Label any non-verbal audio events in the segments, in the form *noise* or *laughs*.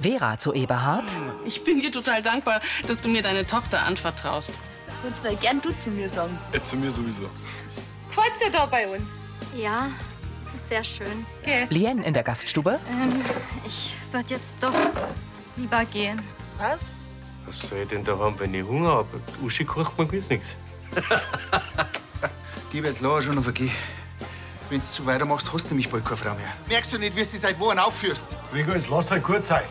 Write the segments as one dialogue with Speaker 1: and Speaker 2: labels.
Speaker 1: Vera zu Eberhard,
Speaker 2: Ich bin dir total dankbar, dass du mir deine Tochter anvertraust.
Speaker 3: Und zwar gern du zu mir sagen.
Speaker 4: Äh, zu mir sowieso.
Speaker 5: Gefällt's dir da bei uns?
Speaker 6: Ja, es ist sehr schön.
Speaker 1: Lien in der Gaststube,
Speaker 6: Ähm, ich würde jetzt doch lieber gehen.
Speaker 5: Was?
Speaker 7: Was soll ich denn da haben, wenn ich Hunger habe? Uschi kocht mir gewiss nichts.
Speaker 8: Die wird's leider schon noch vergehen. Wenn du zu weitermachst, hast du mich bald keine Frau mehr. Merkst du nicht, wie du dich seit Wochen aufführst?
Speaker 9: Gregor, jetzt lass halt gut sein.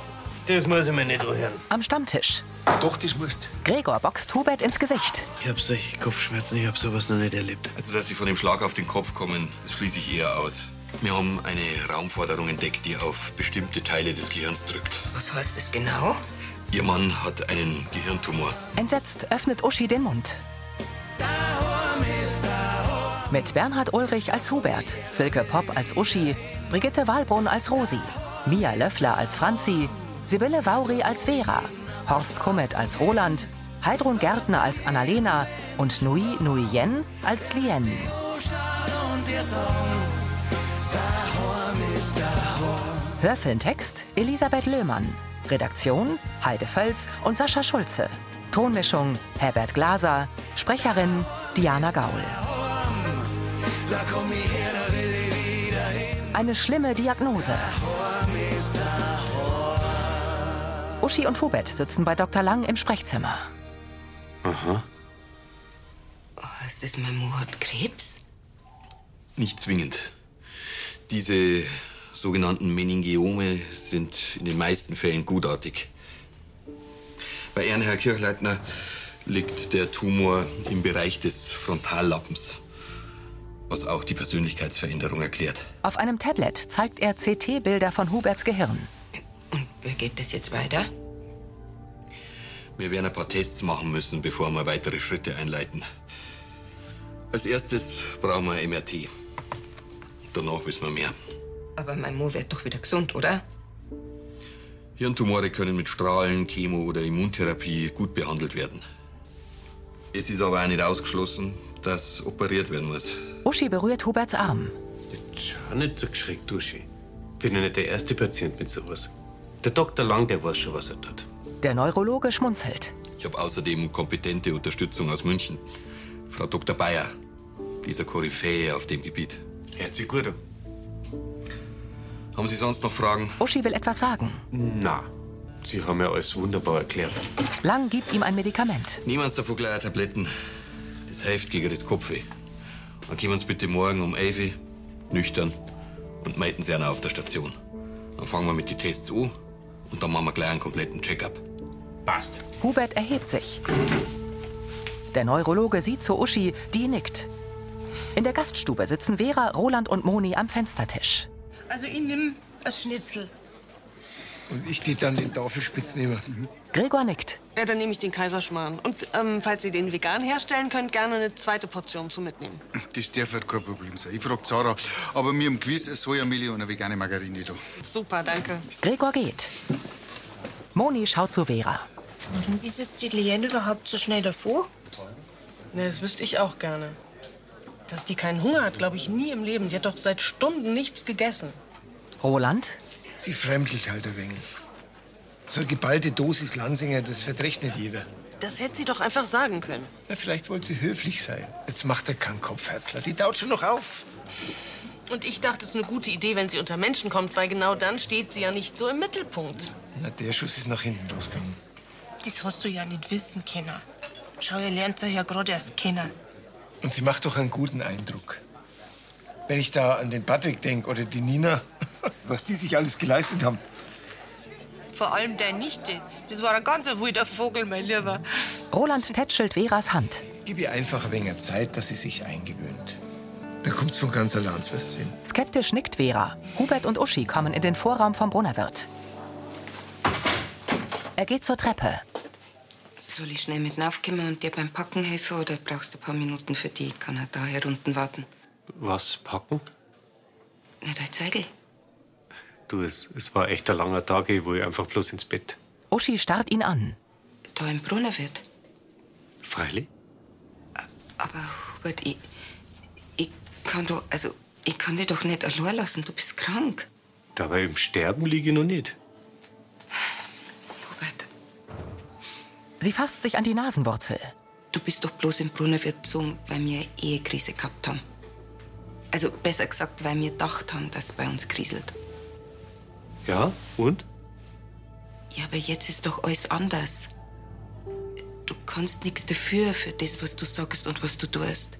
Speaker 7: Das muss ich mir nicht anhören.
Speaker 1: am Stammtisch.
Speaker 8: Doch, das musst.
Speaker 1: Gregor boxt Hubert ins Gesicht.
Speaker 7: Ich hab solche Kopfschmerzen, ich hab sowas noch nicht erlebt.
Speaker 4: Also, dass sie von dem Schlag auf den Kopf kommen, das schließe ich eher aus. Wir haben eine Raumforderung entdeckt, die auf bestimmte Teile des Gehirns drückt.
Speaker 10: Was heißt das genau?
Speaker 4: Ihr Mann hat einen Gehirntumor.
Speaker 1: Entsetzt öffnet Uschi den Mund. Mit Bernhard Ulrich als Hubert, Silke Popp als Uschi, Brigitte Wahlbrunn als Rosi, Mia Löffler als Franzi, Sibylle Vauri als Vera, Horst Kummet als Roland, Heidrun Gärtner als Annalena und Nui Nuyen als Lien. Hörfilmtext Elisabeth Löhmann. Redaktion Heide Völz und Sascha Schulze. Tonmischung Herbert Glaser. Sprecherin Diana Gaul. Eine schlimme Diagnose. Uschi und Hubert sitzen bei Dr. Lang im Sprechzimmer.
Speaker 10: Heißt Oh, das, meine Mutter hat Krebs?
Speaker 4: Nicht zwingend. Diese sogenannten Meningiome sind in den meisten Fällen gutartig. Bei Ihren, Herr Kirchleitner, liegt der Tumor im Bereich des Frontallappens, was auch die Persönlichkeitsveränderung erklärt.
Speaker 1: Auf einem Tablet zeigt er CT-Bilder von Huberts Gehirn.
Speaker 10: Und wie geht das jetzt weiter?
Speaker 4: Wir werden ein paar Tests machen müssen, bevor wir weitere Schritte einleiten. Als erstes brauchen wir ein MRT. Danach wissen wir mehr.
Speaker 10: Aber mein Mo wird doch wieder gesund, oder?
Speaker 4: Hirntumore können mit Strahlen, Chemo oder Immuntherapie gut behandelt werden. Es ist aber auch nicht ausgeschlossen, dass operiert werden muss.
Speaker 1: Uschi berührt Huberts Arm.
Speaker 7: Schau nicht so geschreckt, Uschi. Bin ja nicht der erste Patient mit sowas. Der Doktor Lang, der weiß schon, was er tut.
Speaker 1: Der Neurologe schmunzelt.
Speaker 4: Ich habe außerdem kompetente Unterstützung aus München. Frau Dr. Bayer, dieser Koryphäe auf dem Gebiet.
Speaker 7: Hört sich gut an.
Speaker 4: Haben Sie sonst noch Fragen?
Speaker 1: Uschi will etwas sagen.
Speaker 7: Na, Sie haben ja alles wunderbar erklärt.
Speaker 1: Lang gibt ihm ein Medikament.
Speaker 4: Niemals davon gleich Tabletten. Das hilft gegen das Kopfweh. Dann kommen Sie bitte morgen um 11 Uhr nüchtern und melden Sie einer auf der Station. Dann fangen wir mit den Tests an und dann machen wir gleich einen kompletten Check-up.
Speaker 7: Passt.
Speaker 1: Hubert erhebt sich. Der Neurologe sieht zu Uschi, die nickt. In der Gaststube sitzen Vera, Roland und Moni am Fenstertisch.
Speaker 2: Also ich nimm ein Schnitzel.
Speaker 9: Und ich die dann den Tafelspitz nehmen.
Speaker 1: Gregor nickt.
Speaker 2: Ja, dann nehme ich den Kaiserschmarrn. Und ähm, falls ihr den vegan herstellen könnt, gerne eine zweite Portion zu mitnehmen.
Speaker 8: Das darf halt kein Problem sein. Ich frag Zara, aber mir im Quiz ist Sojamilch und eine vegane Margarine da.
Speaker 2: Super, danke.
Speaker 1: Gregor geht. Moni schaut zu Vera.
Speaker 5: Warum ist jetzt die Lien überhaupt so schnell davor?
Speaker 2: Ne, das wüsste ich auch gerne. Dass die keinen Hunger hat, glaube ich nie im Leben. Die hat doch seit Stunden nichts gegessen.
Speaker 1: Roland,
Speaker 9: Sie fremdelt halt ein wenig. So eine geballte Dosis Lansinger, das verträgt nicht jeder.
Speaker 2: Das hätte sie doch einfach sagen können.
Speaker 9: Na, vielleicht wollte sie höflich sein. Jetzt macht er keinen Kopfherzler. Die taut schon noch auf.
Speaker 2: Und ich dachte, es ist eine gute Idee, wenn sie unter Menschen kommt, weil genau dann steht sie ja nicht so im Mittelpunkt.
Speaker 9: Na, der Schuss ist nach hinten losgegangen.
Speaker 5: Das hast du ja nicht wissen können. Schau, ihr lernt sie ja gerade erst kennen.
Speaker 9: Und sie macht doch einen guten Eindruck. Wenn ich da an den Patrick denke oder die Nina, *laughs* was die sich alles geleistet haben.
Speaker 5: Vor allem deine Nichte. Das war ein ganz wilder Vogel, mein Lieber.
Speaker 1: Roland tätschelt Veras Hand.
Speaker 9: Gib ihr einfach ein wenig Zeit, dass sie sich eingewöhnt. Da kommt's von ganz allein, das wirst du sehen.
Speaker 1: Skeptisch nickt Vera. Hubert und Uschi kommen in den Vorraum vom Brunnerwirt. Er geht zur Treppe.
Speaker 10: Soll ich schnell mit raufkommen und dir beim Packen helfen oder brauchst du ein paar Minuten für die? Ich kann auch da herunten warten.
Speaker 7: Was packen?
Speaker 10: Na, dein Zeigel.
Speaker 7: Du, es, es war echt ein langer Tag, ich will einfach bloß ins Bett.
Speaker 1: Uschi starrt ihn an.
Speaker 10: Da im Brunner wird.
Speaker 7: Freilich?
Speaker 10: Aber Hubert, ich, ich kann doch, also ich kann dich doch nicht allein lassen. Du bist krank.
Speaker 7: Dabei im Sterben liege ich noch nicht.
Speaker 1: Sie fasst sich an die Nasenwurzel.
Speaker 10: Du bist doch bloß im Brunnerwirt gezogen, weil wir eine Ehekrise gehabt haben. Also besser gesagt, weil wir gedacht haben, dass es bei uns kriselt.
Speaker 7: Ja, und?
Speaker 10: Ja, aber jetzt ist doch alles anders. Du kannst nichts dafür, für das, was du sagst und was du tust.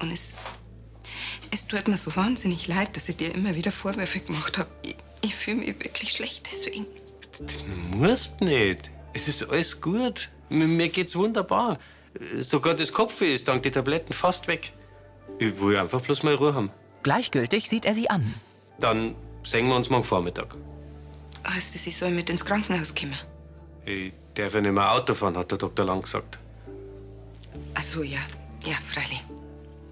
Speaker 10: Und es. Es tut mir so wahnsinnig leid, dass ich dir immer wieder Vorwürfe gemacht habe. Ich, ich fühle mich wirklich schlecht deswegen.
Speaker 7: Du musst nicht. Es ist alles gut. M- Mir geht's wunderbar. Äh, Sogar das Kopfweh ist dank der Tabletten fast weg. Ich will einfach bloß mal Ruhe haben.
Speaker 1: Gleichgültig sieht er sie an.
Speaker 7: Dann sehen wir uns morgen Vormittag.
Speaker 10: Heißt es, ich soll mit ins Krankenhaus kommen?
Speaker 7: Ich darf ja nicht mehr Auto fahren, hat der Dr. Lang gesagt.
Speaker 10: Ach so, ja. Ja, freilich.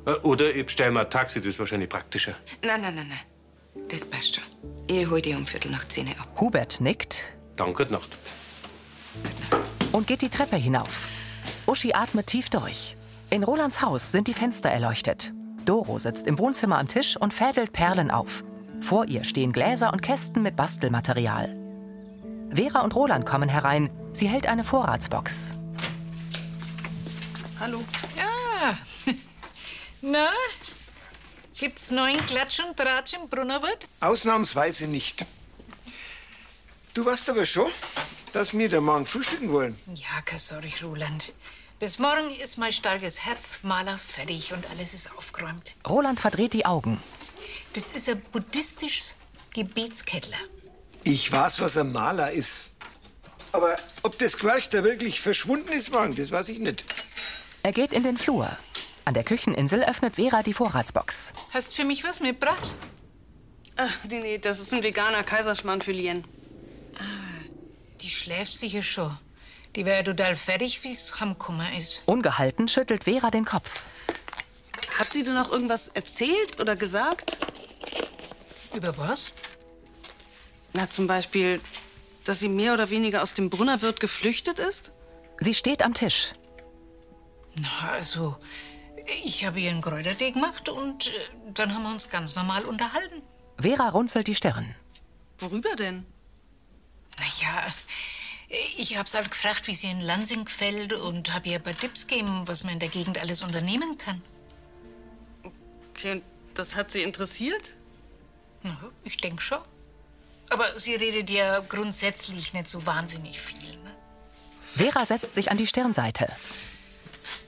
Speaker 7: Äh, Oder ich bestelle mir ein Taxi, das ist wahrscheinlich praktischer.
Speaker 10: Nein, nein, nein, nein. Das passt schon. Ich hol dich um Viertel nach zehn ab.
Speaker 1: Hubert nickt
Speaker 7: Dann gute Nacht.
Speaker 1: und geht die Treppe hinauf. Uschi atmet tief durch. In Rolands Haus sind die Fenster erleuchtet. Doro sitzt im Wohnzimmer am Tisch und fädelt Perlen auf. Vor ihr stehen Gläser und Kästen mit Bastelmaterial. Vera und Roland kommen herein. Sie hält eine Vorratsbox.
Speaker 2: Hallo.
Speaker 11: Ah, *laughs* na, gibt's neuen Klatsch und Tratsch im Brunnerwirt?
Speaker 9: Ausnahmsweise nicht. Du weißt aber schon, dass wir da morgen frühstücken wollen.
Speaker 11: Ja, kasorig, Roland. Bis morgen ist mein starkes Herzmaler fertig und alles ist aufgeräumt.
Speaker 1: Roland verdreht die Augen.
Speaker 11: Das ist ein buddhistisches Gebetskettler.
Speaker 9: Ich weiß, was ein Maler ist. Aber ob das Quark da wirklich verschwunden ist morgen, das weiß ich nicht.
Speaker 1: Er geht in den Flur. An der Kücheninsel öffnet Vera die Vorratsbox.
Speaker 2: Hast für mich was mitgebracht? Ach, nee, nee, das ist ein veganer Kaiserschmarrn für Lien.
Speaker 5: Ah,
Speaker 11: Die schläft sicher schon. Die wäre total fertig, wie es heimgekommen ist.
Speaker 1: Ungehalten schüttelt Vera den Kopf.
Speaker 5: Hat sie dir noch irgendwas erzählt oder gesagt?
Speaker 11: Über was?
Speaker 5: Na, zum Beispiel, dass sie mehr oder weniger aus dem Brunnerwirt geflüchtet ist?
Speaker 1: Sie steht am Tisch.
Speaker 11: Na, also, ich habe ihr einen Kräutertee gemacht und äh, dann haben wir uns ganz normal unterhalten.
Speaker 1: Vera runzelt die Stirn.
Speaker 11: Worüber denn? Naja, ich hab's halt gefragt, wie sie in Lansing gefällt und hab ihr ein paar Tipps gegeben, was man in der Gegend alles unternehmen kann.
Speaker 5: Okay, und das hat sie interessiert?
Speaker 11: Na, ich denk schon. Aber sie redet ja grundsätzlich nicht so wahnsinnig viel. Ne?
Speaker 1: Vera setzt sich an die Stirnseite.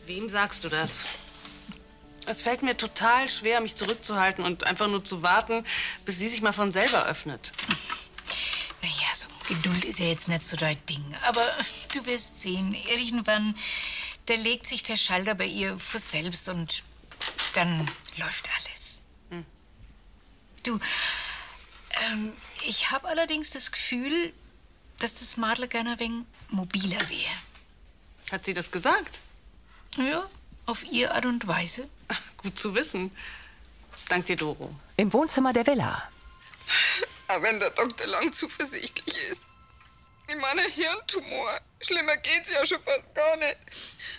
Speaker 5: Wem sagst du das? Es fällt mir total schwer, mich zurückzuhalten und einfach nur zu warten, bis sie sich mal von selber öffnet.
Speaker 11: Naja, so Geduld ist ja jetzt nicht so dein Ding. Aber du wirst sehen, irgendwann, da legt sich der Schalter bei ihr von selbst und dann läuft alles.
Speaker 5: Hm.
Speaker 11: Du, ähm, ich habe allerdings das Gefühl, dass das Madel gerne ein wenig mobiler wäre.
Speaker 5: Hat sie das gesagt?
Speaker 11: Ja, auf ihr Art und Weise.
Speaker 5: *laughs* Gut zu wissen. Dank dir, Doro.
Speaker 1: Im Wohnzimmer der Villa.
Speaker 10: Aber Ah, wenn der Doktor lang zuversichtlich ist. Ich meine, Hirntumor. Schlimmer geht's ja schon fast gar nicht.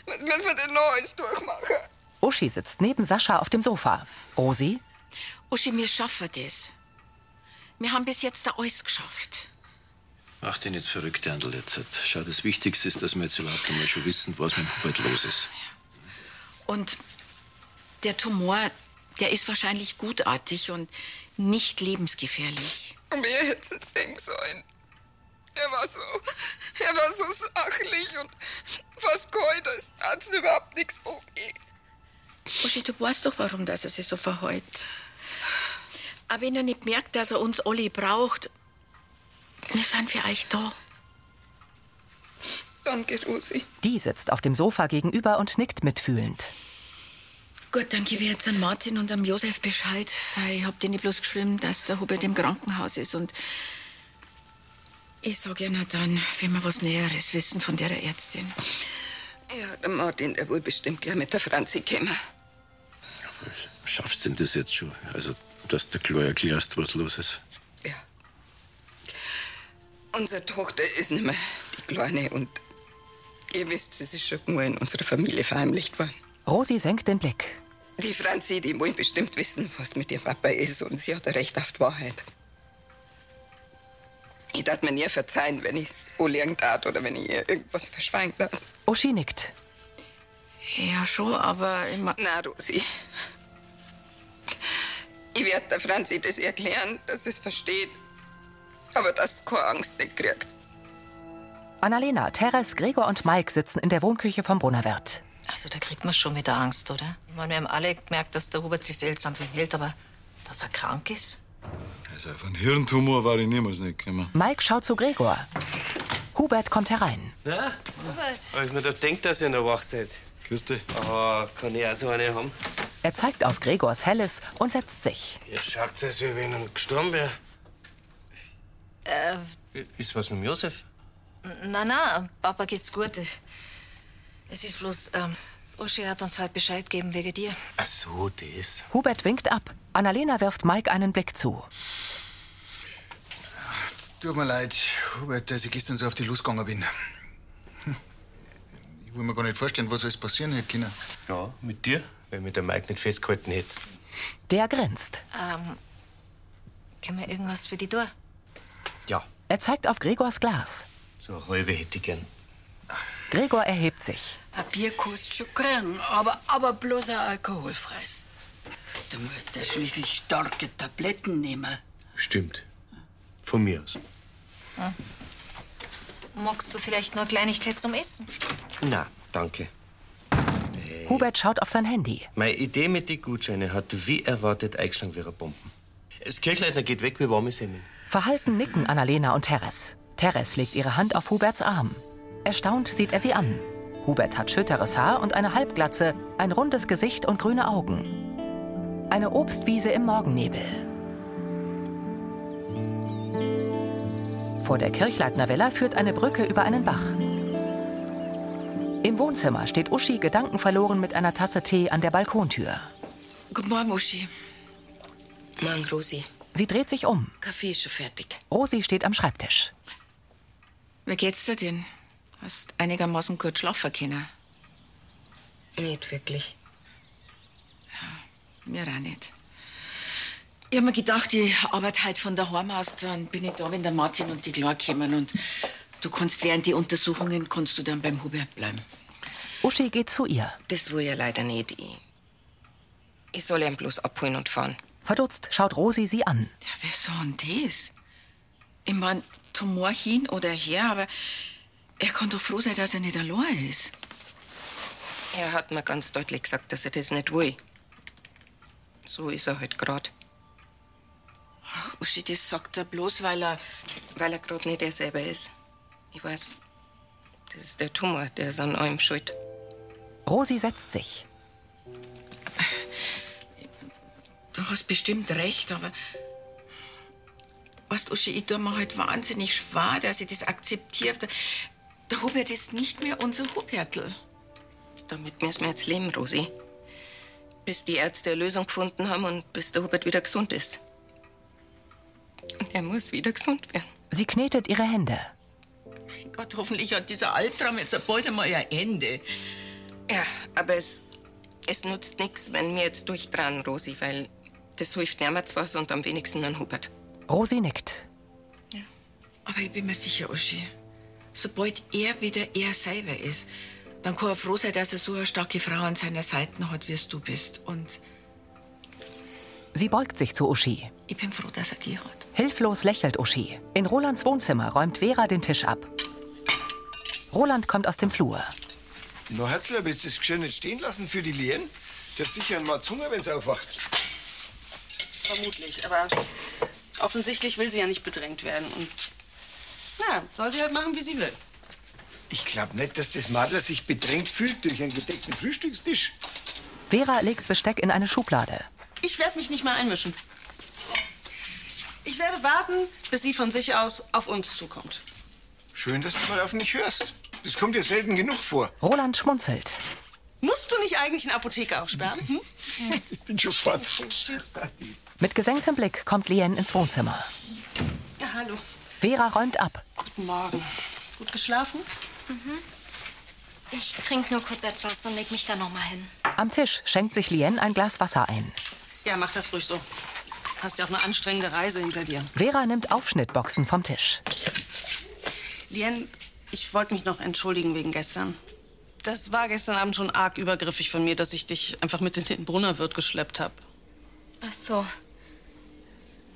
Speaker 10: Was müssen wir denn noch alles durchmachen?
Speaker 1: Uschi sitzt neben Sascha auf dem Sofa. Rosi,
Speaker 12: Uschi, wir schaffen das. Wir haben bis jetzt da alles geschafft.
Speaker 13: Mach dich nicht verrückt, Andel, jetzt. Schau, das Wichtigste ist, dass wir jetzt überhaupt einmal schon wissen, was mit Hubert los ist.
Speaker 12: Und der Tumor, der ist wahrscheinlich gutartig und nicht lebensgefährlich.
Speaker 10: Und wer hätte es denken sollen? Er war so, er war so sachlich und fast kalt, als hat's ihm überhaupt nichts Oh, eh, okay.
Speaker 12: Uschi, du weißt doch, warum dass er sich so verheult. Aber wenn er nicht merkt, dass er uns alle braucht, wir sind für euch da.
Speaker 10: Danke, Rosi.
Speaker 1: die sitzt auf dem Sofa gegenüber und nickt mitfühlend.
Speaker 12: Gut, dann gebe ich jetzt an Martin und an Josef Bescheid, weil ich hab denen bloß geschrieben, dass der Hubert im Krankenhaus ist und ich sag ihnen dann, wenn wir was Näheres wissen von der Ärztin.
Speaker 10: Ja, der Martin, der wohl bestimmt gleich mit der Franzi kommen.
Speaker 13: Schaffst du denn das jetzt schon? Also, dass du klar erklärst, was los ist.
Speaker 10: Unsere Tochter ist nicht mehr die Kleine und ihr wisst, sie ist schon nur in unserer Familie verheimlicht worden.
Speaker 1: Rosi senkt den Blick.
Speaker 10: Die Franzi, die will bestimmt wissen, was mit ihrem Papa ist und sie hat ein Recht auf die Wahrheit. Ich darf mir nie verzeihen, wenn ich's anlegen darf oder wenn ich ihr irgendwas verschweigen darf.
Speaker 1: Uschi nickt.
Speaker 10: Ja, schon, aber immer. Na, Rosi. Ich werde der Franzi das erklären, dass es versteht. Aber dass sie keine Angst nicht kriegt.
Speaker 1: Annalena, Teres, Gregor und Mike sitzen in der Wohnküche vom Brunnerwirt.
Speaker 14: Also da kriegt man schon wieder Angst, oder? Ich meine, wir haben alle gemerkt, dass der Hubert sich seltsam verhält, aber dass er krank ist?
Speaker 15: Also auf einen Hirntumor war ich niemals nicht gekommen.
Speaker 1: Mike schaut zu Gregor. Hubert kommt herein.
Speaker 7: Na?
Speaker 14: Hubert.
Speaker 7: Hab ich mir da denkt, dass ihr noch wach seid.
Speaker 15: Grüß dich.
Speaker 7: Oh, kann ich auch so eine haben?
Speaker 1: Er zeigt auf Gregors Helles und setzt sich.
Speaker 7: Ihr schaut es, wie wenn ich gestorben wäre.
Speaker 14: Äh,
Speaker 7: Ist was mit dem Josef?
Speaker 14: na, na, Papa geht's gut. Ich- Es ist bloß, ähm, Uschi hat uns halt Bescheid gegeben wegen dir.
Speaker 7: Ach so, das.
Speaker 1: Hubert winkt ab. Annalena wirft Mike einen Blick zu.
Speaker 8: Tut mir leid, Hubert, dass ich gestern so auf die losgegangen bin. Hm. Ich will mir gar nicht vorstellen, was alles passieren hätte können.
Speaker 7: Ja, mit dir? Wenn mich der Mike nicht festgehalten hätte.
Speaker 1: Der grinst.
Speaker 14: Ähm, können wir irgendwas für die tun?
Speaker 7: Ja,
Speaker 1: Er zeigt auf Gregors Glas.
Speaker 7: so eine halbe hätte ich gern.
Speaker 1: Gregor erhebt sich.
Speaker 16: Ein Bier kostet schon gering, aber, aber bloß ein alkoholfreies. Du musst ja schließlich starke Tabletten nehmen.
Speaker 7: Stimmt. Von mir aus.
Speaker 14: Hm? Magst du vielleicht nur eine Kleinigkeit zum Essen?
Speaker 7: Na, danke. Äh.
Speaker 1: Hubert schaut auf sein Handy.
Speaker 7: Meine Idee mit den Gutscheinen hat wie erwartet eingeschlagen wie eine Bombe. Das Kirchleitner geht weg wie warme Semmeln.
Speaker 1: Verhalten nicken Annalena und Teres. Teres legt ihre Hand auf Huberts Arm. Erstaunt sieht er sie an. Hubert hat schütteres Haar und eine Halbglatze, ein rundes Gesicht und grüne Augen. Eine Obstwiese im Morgennebel. Vor der Kirchleitner Villa führt eine Brücke über einen Bach. Im Wohnzimmer steht Uschi gedankenverloren mit einer Tasse Tee an der Balkontür.
Speaker 12: Guten Morgen, Uschi.
Speaker 10: Morgen, Rosi.
Speaker 1: Sie dreht sich um.
Speaker 10: Kaffee ist schon fertig.
Speaker 1: Rosi steht am Schreibtisch.
Speaker 12: Wie geht's dir denn? Hast einigermaßen gut schlafen können?
Speaker 10: Nicht wirklich.
Speaker 12: Mir auch nicht. Ich hab mir gedacht, ich arbeite halt von daheim aus, dann bin ich da, wenn der Martin und die Klar kommen. Und du kannst während die Untersuchungen, kannst du dann beim Hubert bleiben.
Speaker 1: Uschi geht zu ihr.
Speaker 10: Das will ja leider nicht ich. Ich soll ihn bloß abholen und fahren.
Speaker 1: Verdutzt schaut Rosi sie an.
Speaker 12: Ja, wer soll denn das? Ich mein, Tumor hin oder her, aber er kann doch froh sein, dass er nicht allein ist.
Speaker 10: Er hat mir ganz deutlich gesagt, dass er das nicht will. So ist er halt grad.
Speaker 12: Ach, Uschi, das sagt er bloß, weil er.
Speaker 10: Weil er grad nicht er selber ist. Ich weiß. Das ist der Tumor, der ist an allem schuld.
Speaker 1: Rosi setzt sich.
Speaker 12: Du hast bestimmt recht, aber. Weißt, Uschi, ich tue mir halt wahnsinnig schwer, dass ich das akzeptiere. Der, der Hubert ist nicht mehr unser Hubertl.
Speaker 10: Damit müssen wir jetzt leben, Rosi. Bis die Ärzte eine Lösung gefunden haben und bis der Hubert wieder gesund ist. Und er muss wieder gesund werden.
Speaker 1: Sie knetet ihre Hände.
Speaker 16: Gott, hoffentlich hat dieser Albtraum jetzt bald einmal ein Ende.
Speaker 10: Ja, aber es, es nutzt nichts, wenn wir jetzt durchdrehen, Rosi, weil das hilft niemals was und am wenigsten an Hubert.
Speaker 1: Rosi nickt.
Speaker 12: Aber ich bin mir sicher, Uschi, sobald er wieder er selber ist, dann kann er froh sein, dass er so eine starke Frau an seiner Seite hat, wie es du bist. Und
Speaker 1: Sie beugt sich zu Uschi.
Speaker 12: ich bin froh, dass er die hat.
Speaker 1: Hilflos lächelt Uschi. In Rolands Wohnzimmer räumt Vera den Tisch ab. Roland kommt aus dem Flur.
Speaker 9: Na, Herzler, willst du das Geschirr nicht stehen lassen für die Lehen? Der hat sicher einmal Hunger, wenn's aufwacht.
Speaker 5: Vermutlich, aber offensichtlich will sie ja nicht bedrängt werden. Und na, soll sie halt machen, wie sie will.
Speaker 9: Ich glaub nicht, dass das Madler sich bedrängt fühlt durch einen gedeckten Frühstückstisch.
Speaker 1: Vera legt Besteck in eine Schublade.
Speaker 5: Ich werde mich nicht mehr einmischen. Ich werde warten, bis sie von sich aus auf uns zukommt.
Speaker 9: Schön, dass du mal auf mich hörst. Das kommt dir selten genug vor.
Speaker 1: Roland schmunzelt.
Speaker 5: Musst du nicht eigentlich eine Apotheke aufsperren? Hm?
Speaker 9: Mhm. Ich bin schon fort.
Speaker 1: Mit gesenktem Blick kommt Lien ins Wohnzimmer.
Speaker 5: Na, hallo.
Speaker 1: Vera räumt ab.
Speaker 5: Guten Morgen. Gut geschlafen?
Speaker 6: Mhm. Ich trinke nur kurz etwas und leg mich dann nochmal hin.
Speaker 1: Am Tisch schenkt sich Lien ein Glas Wasser ein.
Speaker 5: Ja, mach das ruhig so. Hast ja auch eine anstrengende Reise hinter dir.
Speaker 1: Vera nimmt Aufschnittboxen vom Tisch.
Speaker 5: Lien, ich wollte mich noch entschuldigen wegen gestern. Das war gestern Abend schon arg übergriffig von mir, dass ich dich einfach mit in den Brunnerwirt geschleppt habe.
Speaker 6: Ach so.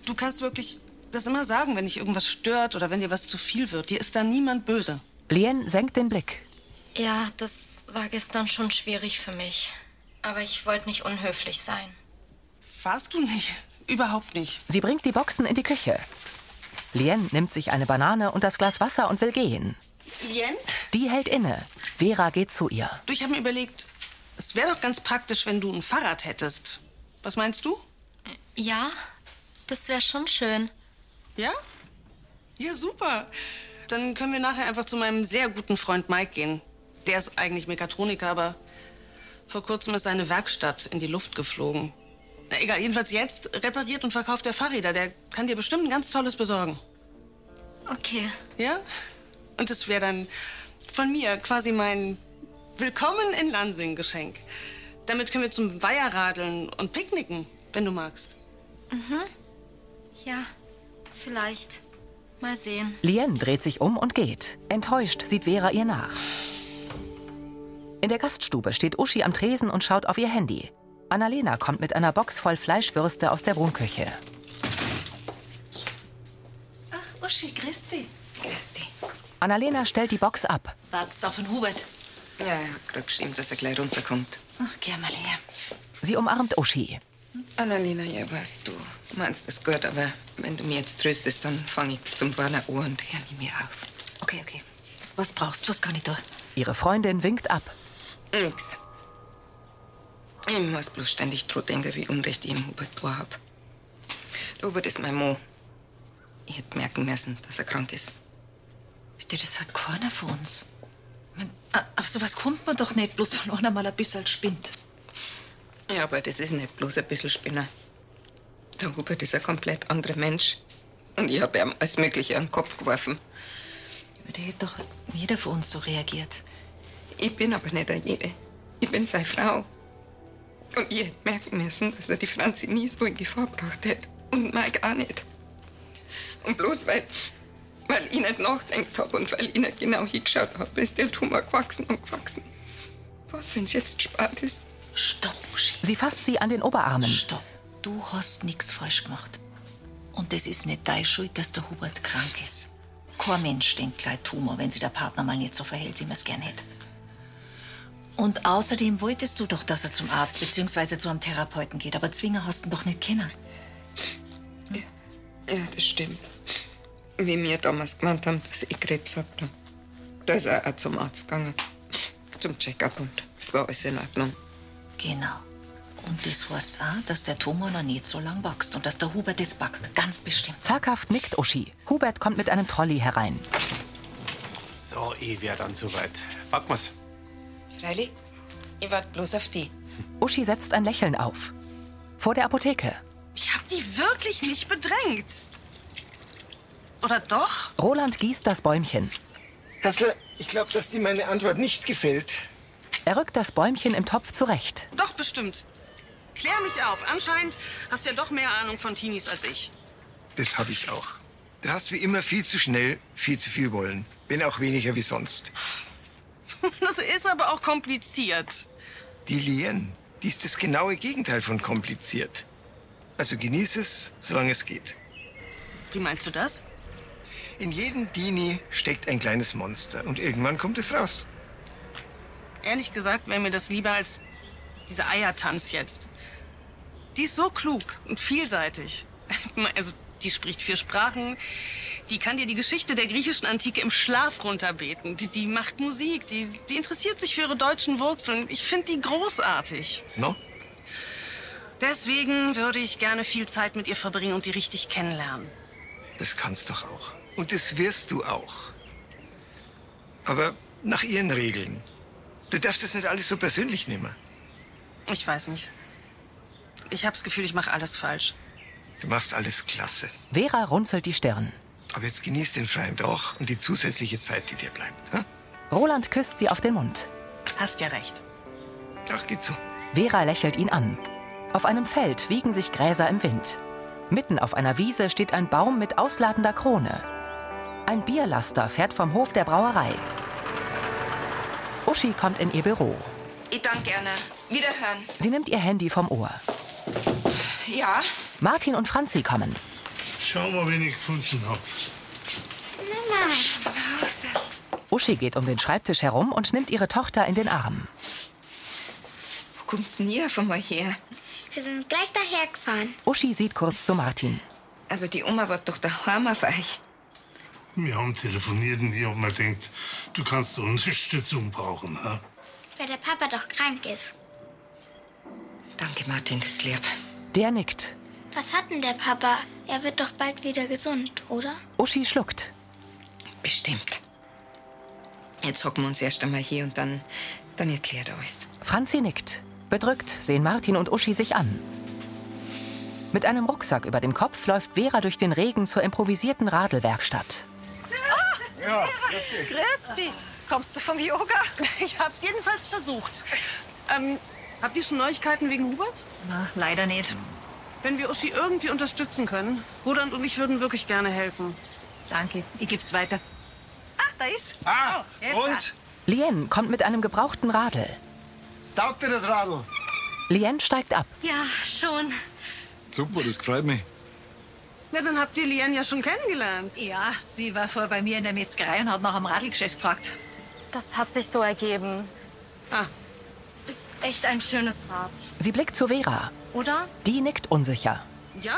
Speaker 5: Du kannst wirklich das immer sagen, wenn dich irgendwas stört oder wenn dir was zu viel wird. Dir ist da niemand böse.
Speaker 1: Lien senkt den Blick.
Speaker 6: Ja, das war gestern schon schwierig für mich. Aber ich wollte nicht unhöflich sein.
Speaker 5: Warst du nicht? Überhaupt nicht.
Speaker 1: Sie bringt die Boxen in die Küche. Lien nimmt sich eine Banane und das Glas Wasser und will gehen.
Speaker 5: Lien?
Speaker 1: Die hält inne. Vera geht zu ihr.
Speaker 5: Du, ich habe mir überlegt, es wäre doch ganz praktisch, wenn du ein Fahrrad hättest. Was meinst du?
Speaker 6: Ja, das wäre schon schön.
Speaker 5: Ja? Ja, super. Dann können wir nachher einfach zu meinem sehr guten Freund Mike gehen. Der ist eigentlich Mechatroniker, aber vor kurzem ist seine Werkstatt in die Luft geflogen. Na egal, jedenfalls jetzt repariert und verkauft er Fahrräder. Der kann dir bestimmt ein ganz tolles besorgen.
Speaker 6: Okay.
Speaker 5: Ja? Und es wäre dann von mir quasi mein Willkommen in Lansing Geschenk. Damit können wir zum Weiher radeln und picknicken, wenn du magst.
Speaker 6: Mhm. Ja, vielleicht. Mal sehen.
Speaker 1: Lien dreht sich um und geht. Enttäuscht sieht Vera ihr nach. In der Gaststube steht Uschi am Tresen und schaut auf ihr Handy. Annalena kommt mit einer Box voll Fleischwürste aus der Wohnküche.
Speaker 3: Ach, Uschi, grüß dich. Grüß dich.
Speaker 1: Annalena stellt die Box ab.
Speaker 3: Wartest auf den Hubert.
Speaker 10: Ja, ich hab grad geschrieben, dass er gleich runterkommt.
Speaker 3: Ach, geh mal her.
Speaker 1: Sie umarmt Uschi.
Speaker 10: Annalena, ja, weißt du, meinst das gut, aber wenn du mir jetzt tröstest, dann fange ich zum Warner an und höre ich mir auf.
Speaker 3: Okay, okay. Was brauchst du? Was kann ich da?
Speaker 1: Ihre Freundin winkt ab.
Speaker 10: Nix. Ich muss bloß ständig dran denken, wie unrecht ich im Hubert da hab. Der Hubert ist mein Mo. Ich hätte merken müssen, dass er krank ist.
Speaker 3: Bitte, das hat keiner von uns. Ich mein, a- auf sowas kommt man doch nicht, bloß von einer mal ein bisschen spinnt.
Speaker 10: Ja, aber das ist nicht bloß ein bisschen Spinner. Der Hubert ist ein komplett anderer Mensch. Und ich habe ihm alles Mögliche an den Kopf geworfen.
Speaker 3: Aber der hätte doch jeder von uns so reagiert.
Speaker 10: Ich bin aber nicht ein jede. Ich bin seine Frau. Und ich hätte merken müssen, dass er die Franzi nie so in Gefahr gebracht hätte. Und Mike auch nicht. Und bloß weil, weil ich nicht nachdenkt habe und weil ich nicht genau hingeschaut habe, ist der Tumor gewachsen und gewachsen. Was, wenn es jetzt spät ist?
Speaker 3: Stopp, Uschi.
Speaker 1: Sie fasst sie an den Oberarmen.
Speaker 3: Stopp. Du hast nichts falsch gemacht. Und es ist nicht deine Schuld, dass der Hubert krank ist. Kein Mensch denkt gleich Tumor, wenn sich der Partner mal nicht so verhält, wie man es gern hätte. Und außerdem wolltest du doch, dass er zum Arzt bzw. zu einem Therapeuten geht, aber Zwinger hast ihn doch nicht kennen.
Speaker 10: Ja, das stimmt. Wie wir damals gemeint haben, dass ich Krebs hab, da, da ist er auch zum Arzt gegangen. Zum Check-up und es war alles in Ordnung.
Speaker 3: Genau. Und das heißt auch, dass der Tumor noch nicht so lang wächst und dass der Hubert das backt, ganz bestimmt.
Speaker 1: Zaghaft nickt Uschi. Hubert kommt mit einem Trolley herein.
Speaker 7: So, ich wäre dann soweit. Packen wir's.
Speaker 10: Freilich, ich warte bloß auf die.
Speaker 1: Uschi setzt ein Lächeln auf. Vor der Apotheke.
Speaker 5: Ich hab die wirklich nicht bedrängt. Oder doch?
Speaker 1: Roland gießt das Bäumchen.
Speaker 9: Hassel, ich glaube, dass dir meine Antwort nicht gefällt.
Speaker 1: Er rückt das Bäumchen im Topf zurecht.
Speaker 5: Doch, bestimmt. Klär mich auf. Anscheinend hast du ja doch mehr Ahnung von Teenies als *laughs* ich.
Speaker 9: Das habe ich auch. Du hast wie immer viel zu schnell, viel zu viel wollen. Bin auch weniger wie sonst.
Speaker 5: Das ist aber auch kompliziert.
Speaker 9: Die Lien, die ist das genaue Gegenteil von kompliziert. Also genieß es, solange es geht.
Speaker 5: Wie meinst du das?
Speaker 9: In jedem Dini steckt ein kleines Monster und irgendwann kommt es raus.
Speaker 5: Ehrlich gesagt wäre mir das lieber als dieser Eiertanz jetzt. Die ist so klug und vielseitig. *laughs* Also, die spricht vier Sprachen. Die kann dir die Geschichte der griechischen Antike im Schlaf runterbeten. Die, die macht Musik. Die, die interessiert sich für ihre deutschen Wurzeln. Ich finde die großartig.
Speaker 9: No?
Speaker 5: Deswegen würde ich gerne viel Zeit mit ihr verbringen und die richtig kennenlernen.
Speaker 9: Das kannst doch auch. Und das wirst du auch. Aber nach ihren Regeln. Du darfst das nicht alles so persönlich nehmen.
Speaker 5: Ich weiß nicht. Ich habe das Gefühl, ich mache alles falsch.
Speaker 9: Du machst alles klasse.
Speaker 1: Vera runzelt die Stirn.
Speaker 9: Aber jetzt genieß den freien Tag und die zusätzliche Zeit, die dir bleibt. Hm?
Speaker 1: Roland küsst sie auf den Mund.
Speaker 5: Hast ja recht.
Speaker 9: Ach, geh zu.
Speaker 1: Vera lächelt ihn an. Auf einem Feld wiegen sich Gräser im Wind. Mitten auf einer Wiese steht ein Baum mit ausladender Krone. Ein Bierlaster fährt vom Hof der Brauerei. Uschi kommt in ihr Büro.
Speaker 10: Ich danke gerne. Wiederhören.
Speaker 1: Sie nimmt ihr Handy vom Ohr.
Speaker 10: Ja?
Speaker 1: Martin und Franzi kommen.
Speaker 17: Schau mal, wen ich gefunden hab.
Speaker 10: Mama.
Speaker 1: Uschi geht um den Schreibtisch herum und nimmt ihre Tochter in den Arm.
Speaker 10: Wo kommt's denn ihr von mal her?
Speaker 18: Wir sind gleich daher gefahren.
Speaker 1: Uschi sieht kurz zu Martin.
Speaker 10: Aber die Oma war doch daheim auf euch.
Speaker 17: Wir haben telefoniert und ich hab mir gedacht, du kannst Unterstützung brauchen. Ha?
Speaker 18: Weil der Papa doch krank ist.
Speaker 10: Danke, Martin, das ist lieb.
Speaker 1: Der nickt.
Speaker 18: Was hat denn der Papa? Er wird doch bald wieder gesund, oder?
Speaker 1: Uschi schluckt.
Speaker 10: Bestimmt. Jetzt hocken wir uns erst einmal hier und dann, dann erklärt er alles.
Speaker 1: Franzi nickt. Bedrückt sehen Martin und Uschi sich an. Mit einem Rucksack über dem Kopf läuft Vera durch den Regen zur improvisierten Radelwerkstatt.
Speaker 17: Ja, grüß dich.
Speaker 5: Grüß dich. Kommst du vom Yoga? *laughs* Ich hab's jedenfalls versucht. Ähm, habt ihr schon Neuigkeiten wegen Hubert?
Speaker 3: Na, leider nicht.
Speaker 5: Wenn wir Uschi irgendwie unterstützen können, Roland und ich würden wirklich gerne helfen.
Speaker 3: Danke, ich geb's weiter.
Speaker 5: Ach, da ist.
Speaker 3: Oh,
Speaker 5: Ah,
Speaker 1: und? Lien kommt mit einem gebrauchten Radl.
Speaker 19: Taugt dir das Radl?
Speaker 1: Lien steigt ab.
Speaker 18: Ja, schon.
Speaker 15: Super, das freut mich.
Speaker 5: Na, dann habt ihr Liane ja schon kennengelernt.
Speaker 3: Ja, sie war vorher bei mir in der Metzgerei und hat nach einem Radlgeschäft gefragt.
Speaker 18: Das hat sich so ergeben.
Speaker 5: Ah.
Speaker 18: Ist echt ein schönes Rad,
Speaker 1: Sie blickt zu Vera.
Speaker 18: oder?
Speaker 1: Die nickt unsicher.
Speaker 5: Ja,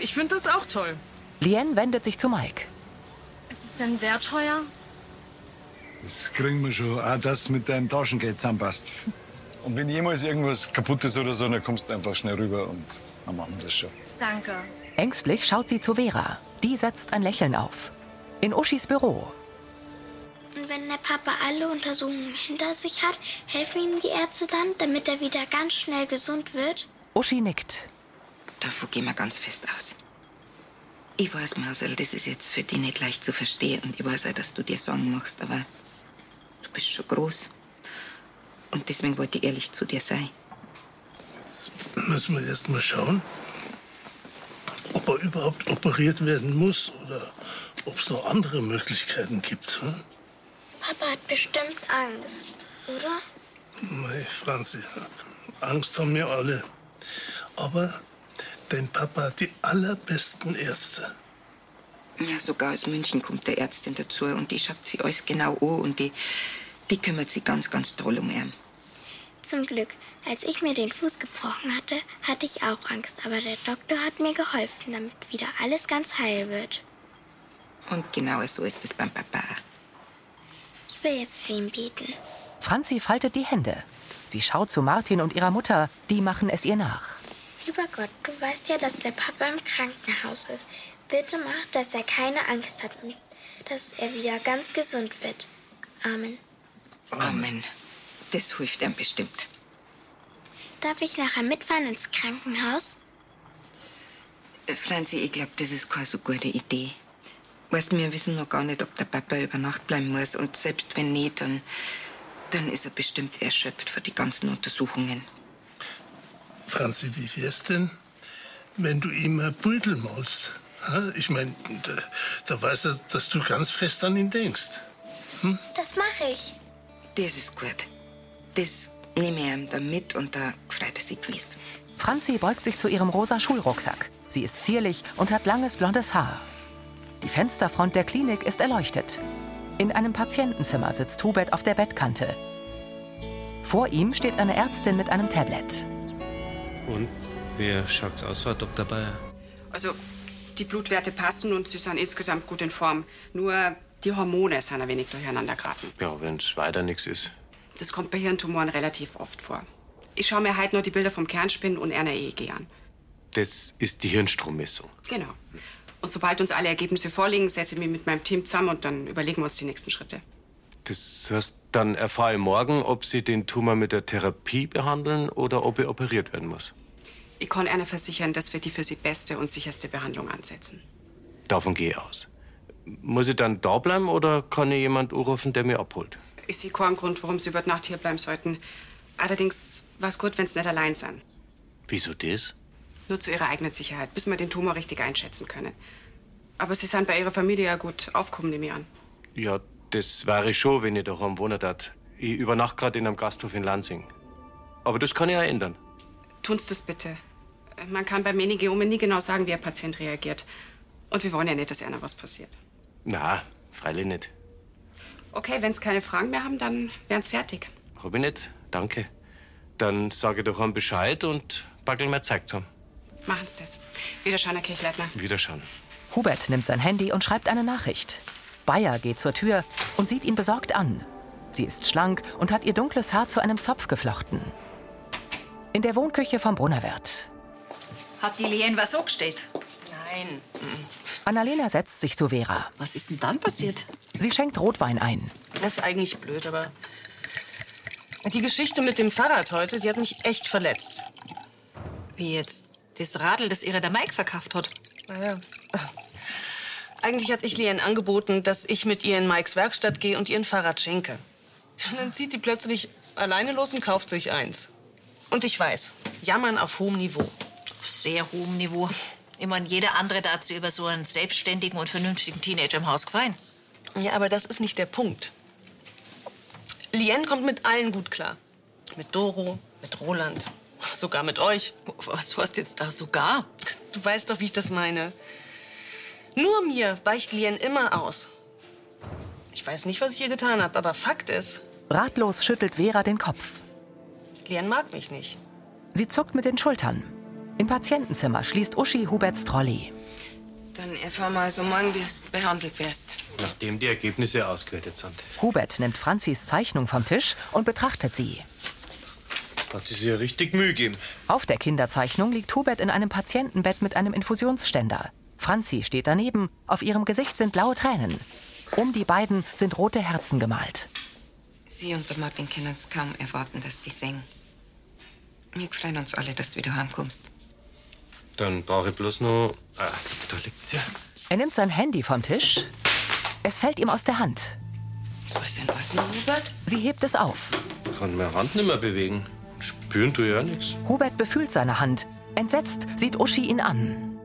Speaker 5: ich finde das auch toll.
Speaker 1: Lien wendet sich zu Mike.
Speaker 18: Ist es denn sehr teuer?
Speaker 15: Das kriegen wir schon. Auch das mit deinem Taschengeld zusammenpasst. Und wenn jemals irgendwas kaputt ist oder so, dann kommst du einfach schnell rüber und dann machen wir das schon.
Speaker 18: Danke.
Speaker 1: Ängstlich schaut sie zu Vera. Die setzt ein Lächeln auf. In Uschis Büro.
Speaker 18: Und wenn der Papa alle Untersuchungen hinter sich hat, helfen ihm die Ärzte dann, damit er wieder ganz schnell gesund wird?
Speaker 1: Uschi nickt.
Speaker 10: Davon gehen wir ganz fest aus. Ich weiß, Marcel, das ist jetzt für dich nicht leicht zu verstehen und ich weiß auch, dass du dir Sorgen machst, aber du bist schon groß. Und deswegen wollte ich ehrlich zu dir sein.
Speaker 17: Müssen wir erst mal schauen, ob er überhaupt operiert werden muss oder ob es noch andere Möglichkeiten gibt. Hm?
Speaker 18: Papa hat bestimmt Angst, oder?
Speaker 17: Mei, Franzi, Angst haben wir alle. Aber dein Papa hat die allerbesten Ärzte.
Speaker 10: Ja, sogar aus München kommt der Ärztin dazu und die schaut sie alles genau an und die, die kümmert sich ganz, ganz toll um ihn.
Speaker 18: Zum Glück, als ich mir den Fuß gebrochen hatte, hatte ich auch Angst, aber der Doktor hat mir geholfen, damit wieder alles ganz heil wird.
Speaker 10: Und genau so ist es beim Papa. auch.
Speaker 18: Ich will jetzt für ihn beten.
Speaker 1: Franzi faltet die Hände. Sie schaut zu Martin und ihrer Mutter. Die machen es ihr nach.
Speaker 18: Lieber Gott, du weißt ja, dass der Papa im Krankenhaus ist. Bitte mach, dass er keine Angst hat und dass er wieder ganz gesund wird. Amen.
Speaker 10: Amen. Oh Das hilft ihm bestimmt.
Speaker 18: Darf ich nachher mitfahren ins Krankenhaus?
Speaker 10: Äh, Franzi, ich glaube, das ist keine so gute Idee. Weißt, wir wissen noch gar nicht, ob der Papa über Nacht bleiben muss. Und selbst wenn nicht, dann, dann ist er bestimmt erschöpft von den ganzen Untersuchungen.
Speaker 17: Franzi, wie wär's denn, wenn du ihm ein Brötel malst? Ha? Ich meine, da, da weiß er, dass du ganz fest an ihn denkst.
Speaker 18: Das mache ich.
Speaker 10: Das ist gut. Das nehme ich ihm dann mit und da freut er sich gewiss.
Speaker 1: Franzi beugt sich zu ihrem rosa Schulrucksack. Sie ist zierlich und hat langes blondes Haar. Die Fensterfront der Klinik ist erleuchtet. In einem Patientenzimmer sitzt Hubert auf der Bettkante. Vor ihm steht eine Ärztin mit einem Tablet.
Speaker 7: Und wie schaut's aus, Frau Dr. Bayer?
Speaker 20: Also, die Blutwerte passen und sie sind insgesamt gut in Form. Nur die Hormone sind ein wenig durcheinander geraten.
Speaker 7: Ja, wenn's weiter nichts ist.
Speaker 20: Das kommt bei Hirntumoren relativ oft vor. Ich schaue mir heute noch die Bilder vom Kernspinnen und einer EEG an.
Speaker 7: Das ist die Hirnstrommessung.
Speaker 20: Genau. Und sobald uns alle Ergebnisse vorliegen, setze ich mich mit meinem Team zusammen und dann überlegen wir uns die nächsten Schritte.
Speaker 7: Das heißt, dann erfahre ich morgen, ob Sie den Tumor mit der Therapie behandeln oder ob er operiert werden muss.
Speaker 20: Ich kann Erna versichern, dass wir die für sie beste und sicherste Behandlung ansetzen.
Speaker 7: Davon gehe ich aus. Muss ich dann da bleiben oder kann ich jemand anrufen, der mir abholt?
Speaker 20: Ich sehe keinen Grund, warum sie über die Nacht hier bleiben sollten. Allerdings war es gut, wenn sie nicht allein sind.
Speaker 7: Wieso das?
Speaker 20: Nur zu ihrer eigenen Sicherheit, bis wir den Tumor richtig einschätzen können. Aber sie sind bei ihrer Familie ja gut aufgekommen, nehme ich an.
Speaker 7: Ja, das wäre schon, wenn ich daheim wohnen tat. Ich übernachte gerade in einem Gasthof in Lansing. Aber das kann ich ja ändern.
Speaker 20: Tun's das bitte. Man kann bei Meningiomen nie genau sagen, wie ein Patient reagiert. Und wir wollen ja nicht, dass einer was passiert.
Speaker 7: Na, freilich nicht.
Speaker 20: Okay, wenn Sie keine Fragen mehr haben, dann wären's fertig.
Speaker 7: Hab ich nicht. Danke. Dann sage ich daheim Bescheid und backel mir Zeit zusammen.
Speaker 20: Machen Sie das. Wiederschauen, Herr Kirchleitner.
Speaker 7: Wiederschauen.
Speaker 1: Hubert nimmt sein Handy und schreibt eine Nachricht. Bayer geht zur Tür und sieht ihn besorgt an. Sie ist schlank und hat ihr dunkles Haar zu einem Zopf geflochten. In der Wohnküche vom Brunnerwirt.
Speaker 3: Hat die Lien was angestellt?
Speaker 5: Nein.
Speaker 1: Annalena setzt sich zu Vera.
Speaker 3: Was ist denn dann passiert?
Speaker 1: Sie schenkt Rotwein ein.
Speaker 5: Das ist eigentlich blöd, aber. Die Geschichte mit dem Fahrrad heute, die hat mich echt verletzt.
Speaker 3: Wie jetzt? Das Radl, das ihre der Mike verkauft hat.
Speaker 5: Naja. Ah Eigentlich hat ich Lien angeboten, dass ich mit ihr in Mikes Werkstatt gehe und ihr ein Fahrrad schenke. Und dann zieht die plötzlich alleine los und kauft sich eins. Und ich weiß, jammern auf hohem Niveau.
Speaker 3: Auf sehr hohem Niveau. Ich meine, jeder andere darf sich über so einen selbstständigen und vernünftigen Teenager im Haus gefallen.
Speaker 5: Ja, aber das ist nicht der Punkt. Lien kommt mit allen gut klar. Mit Doro, mit Roland, sogar mit euch.
Speaker 3: Was hast jetzt da sogar?
Speaker 5: Du weißt doch, wie ich das meine. Nur mir weicht Lien immer aus. Ich weiß nicht, was ich ihr getan habe, aber Fakt ist,
Speaker 1: Ratlos schüttelt Vera den Kopf.
Speaker 5: Lien mag mich nicht.
Speaker 1: Sie zuckt mit den Schultern. Im Patientenzimmer schließt Uschi Huberts Trolley.
Speaker 10: Dann erfahren wir also morgen, wie du behandelt wirst.
Speaker 7: Nachdem die Ergebnisse ausgewertet sind.
Speaker 1: Hubert nimmt Franzis Zeichnung vom Tisch und betrachtet sie.
Speaker 7: Hat sie sich ja richtig Mühe gegeben.
Speaker 1: Auf der Kinderzeichnung liegt Hubert in einem Patientenbett mit einem Infusionsständer. Franzi steht daneben, auf ihrem Gesicht sind blaue Tränen. Um die beiden sind rote Herzen gemalt.
Speaker 10: Sie und der Martin können es kaum erwarten, dass die singen. Wir freuen uns alle, dass du wieder heimkommst.
Speaker 7: Dann brauche ich bloß nur. Ah, da liegt's ja.
Speaker 1: Er nimmt sein Handy vom Tisch. Es fällt ihm aus der Hand. Sie hebt es auf.
Speaker 7: Kann meine Hand nicht mehr bewegen. Spüren tue ich ja nichts.
Speaker 1: Hubert befühlt seine Hand. Entsetzt sieht Uschi ihn an.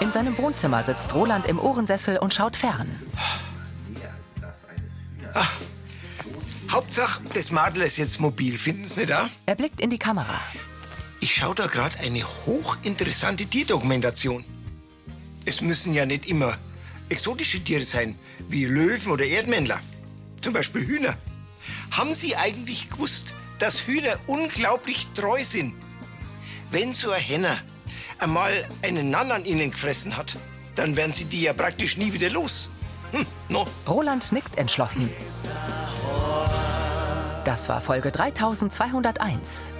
Speaker 1: In seinem Wohnzimmer sitzt Roland im Ohrensessel und schaut fern.
Speaker 9: Ah. Hauptsache, das Madel ist jetzt mobil, finden Sie nicht, auch?
Speaker 1: Er blickt in die Kamera.
Speaker 9: Ich schaue da gerade eine hochinteressante Tierdokumentation. Es müssen ja nicht immer exotische Tiere sein, wie Löwen oder Erdmännler. Zum Beispiel Hühner. Haben Sie eigentlich gewusst, dass Hühner unglaublich treu sind? Wenn so ein Henner einmal einen Nann an ihnen gefressen hat, dann werden sie die ja praktisch nie wieder los. Hm, no.
Speaker 1: Roland nickt entschlossen. Das war Folge 3201.